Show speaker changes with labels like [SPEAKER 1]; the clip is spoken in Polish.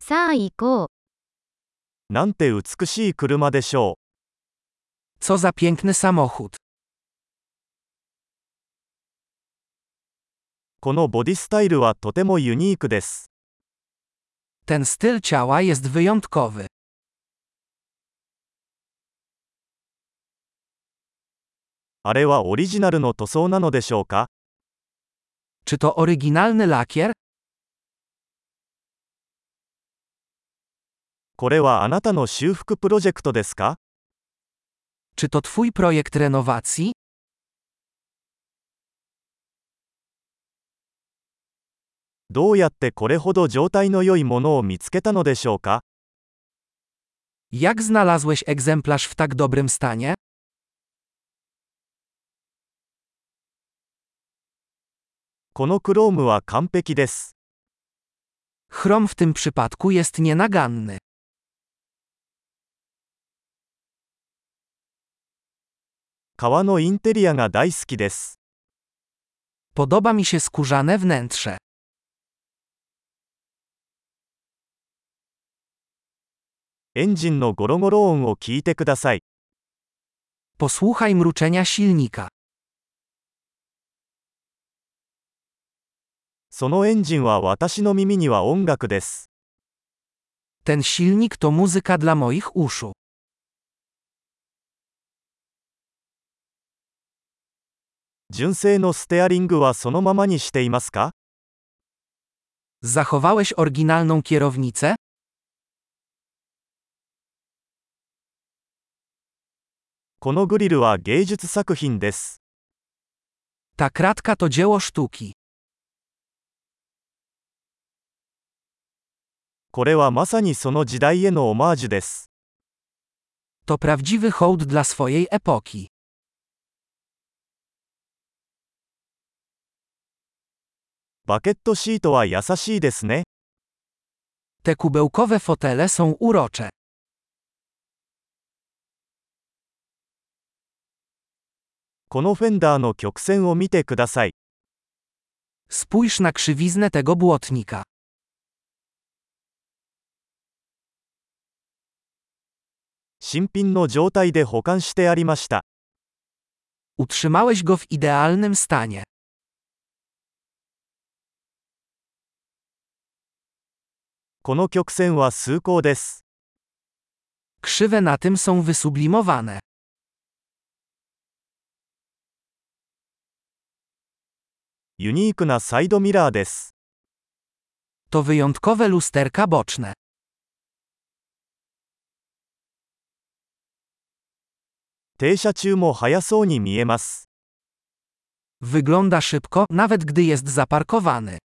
[SPEAKER 1] さあ行こう。
[SPEAKER 2] なんて美しい車でしょ
[SPEAKER 3] Co za piękny samochód.
[SPEAKER 2] う。このボディスタイルはとてもユニークです。
[SPEAKER 3] Ten styl ciała jest wyjątkowy.
[SPEAKER 2] あれはオリジナルの塗装なのでしょうか
[SPEAKER 3] Czy to oryginalny lakier?
[SPEAKER 2] これはあなたの修復プロジェクトですか
[SPEAKER 3] Czy to twój projekt renowacji?
[SPEAKER 2] どうやってこれほど状態の良いものを見つけたのでしょうか
[SPEAKER 3] Jak znalazłeś egzemplarz w tak dobrym stanie?
[SPEAKER 2] このクロームは完璧です。
[SPEAKER 3] Chrom w tym przypadku jest nienaganny.
[SPEAKER 2] 革のインテリアが大好きです。
[SPEAKER 3] Podoba mi się skórzane wnętrze.
[SPEAKER 2] エンジンのゴロゴロ音を聞いてください。
[SPEAKER 3] Posłuchaj mruczenia silnika.
[SPEAKER 2] そのエンジンは私の耳には音楽です。
[SPEAKER 3] Ten silnik to muzyka dla moich uszu.
[SPEAKER 2] 純正のステアリングはそのままにしていますか
[SPEAKER 3] Zachowałeś oryginalną kierownicę?
[SPEAKER 2] このグリルは芸術作品です。
[SPEAKER 3] Ta kratka to dzieło sztuki.
[SPEAKER 2] これはまさにその時代へのオマージュです。
[SPEAKER 3] To prawdziwy hołd dla swojej epoki.
[SPEAKER 2] バケットシートは優しいですね。
[SPEAKER 3] Te kubełkowe fotele są urocze.
[SPEAKER 2] このフェンダーの曲線を見てください。
[SPEAKER 3] Spójrz na krzywiznę tego błotnika.
[SPEAKER 2] 新品の状態で保管してありました。
[SPEAKER 3] Utrzymałeś go w idealnym stanie.
[SPEAKER 2] この曲線は崇高です。
[SPEAKER 3] Krzywe na tym są wysublimowane.
[SPEAKER 2] ユニークなサイドミラーです。
[SPEAKER 3] To wyjątkowe lusterka boczne.
[SPEAKER 2] 停車中も速そうに見えます。
[SPEAKER 3] Wygląda szybko, nawet gdy jest zaparkowany.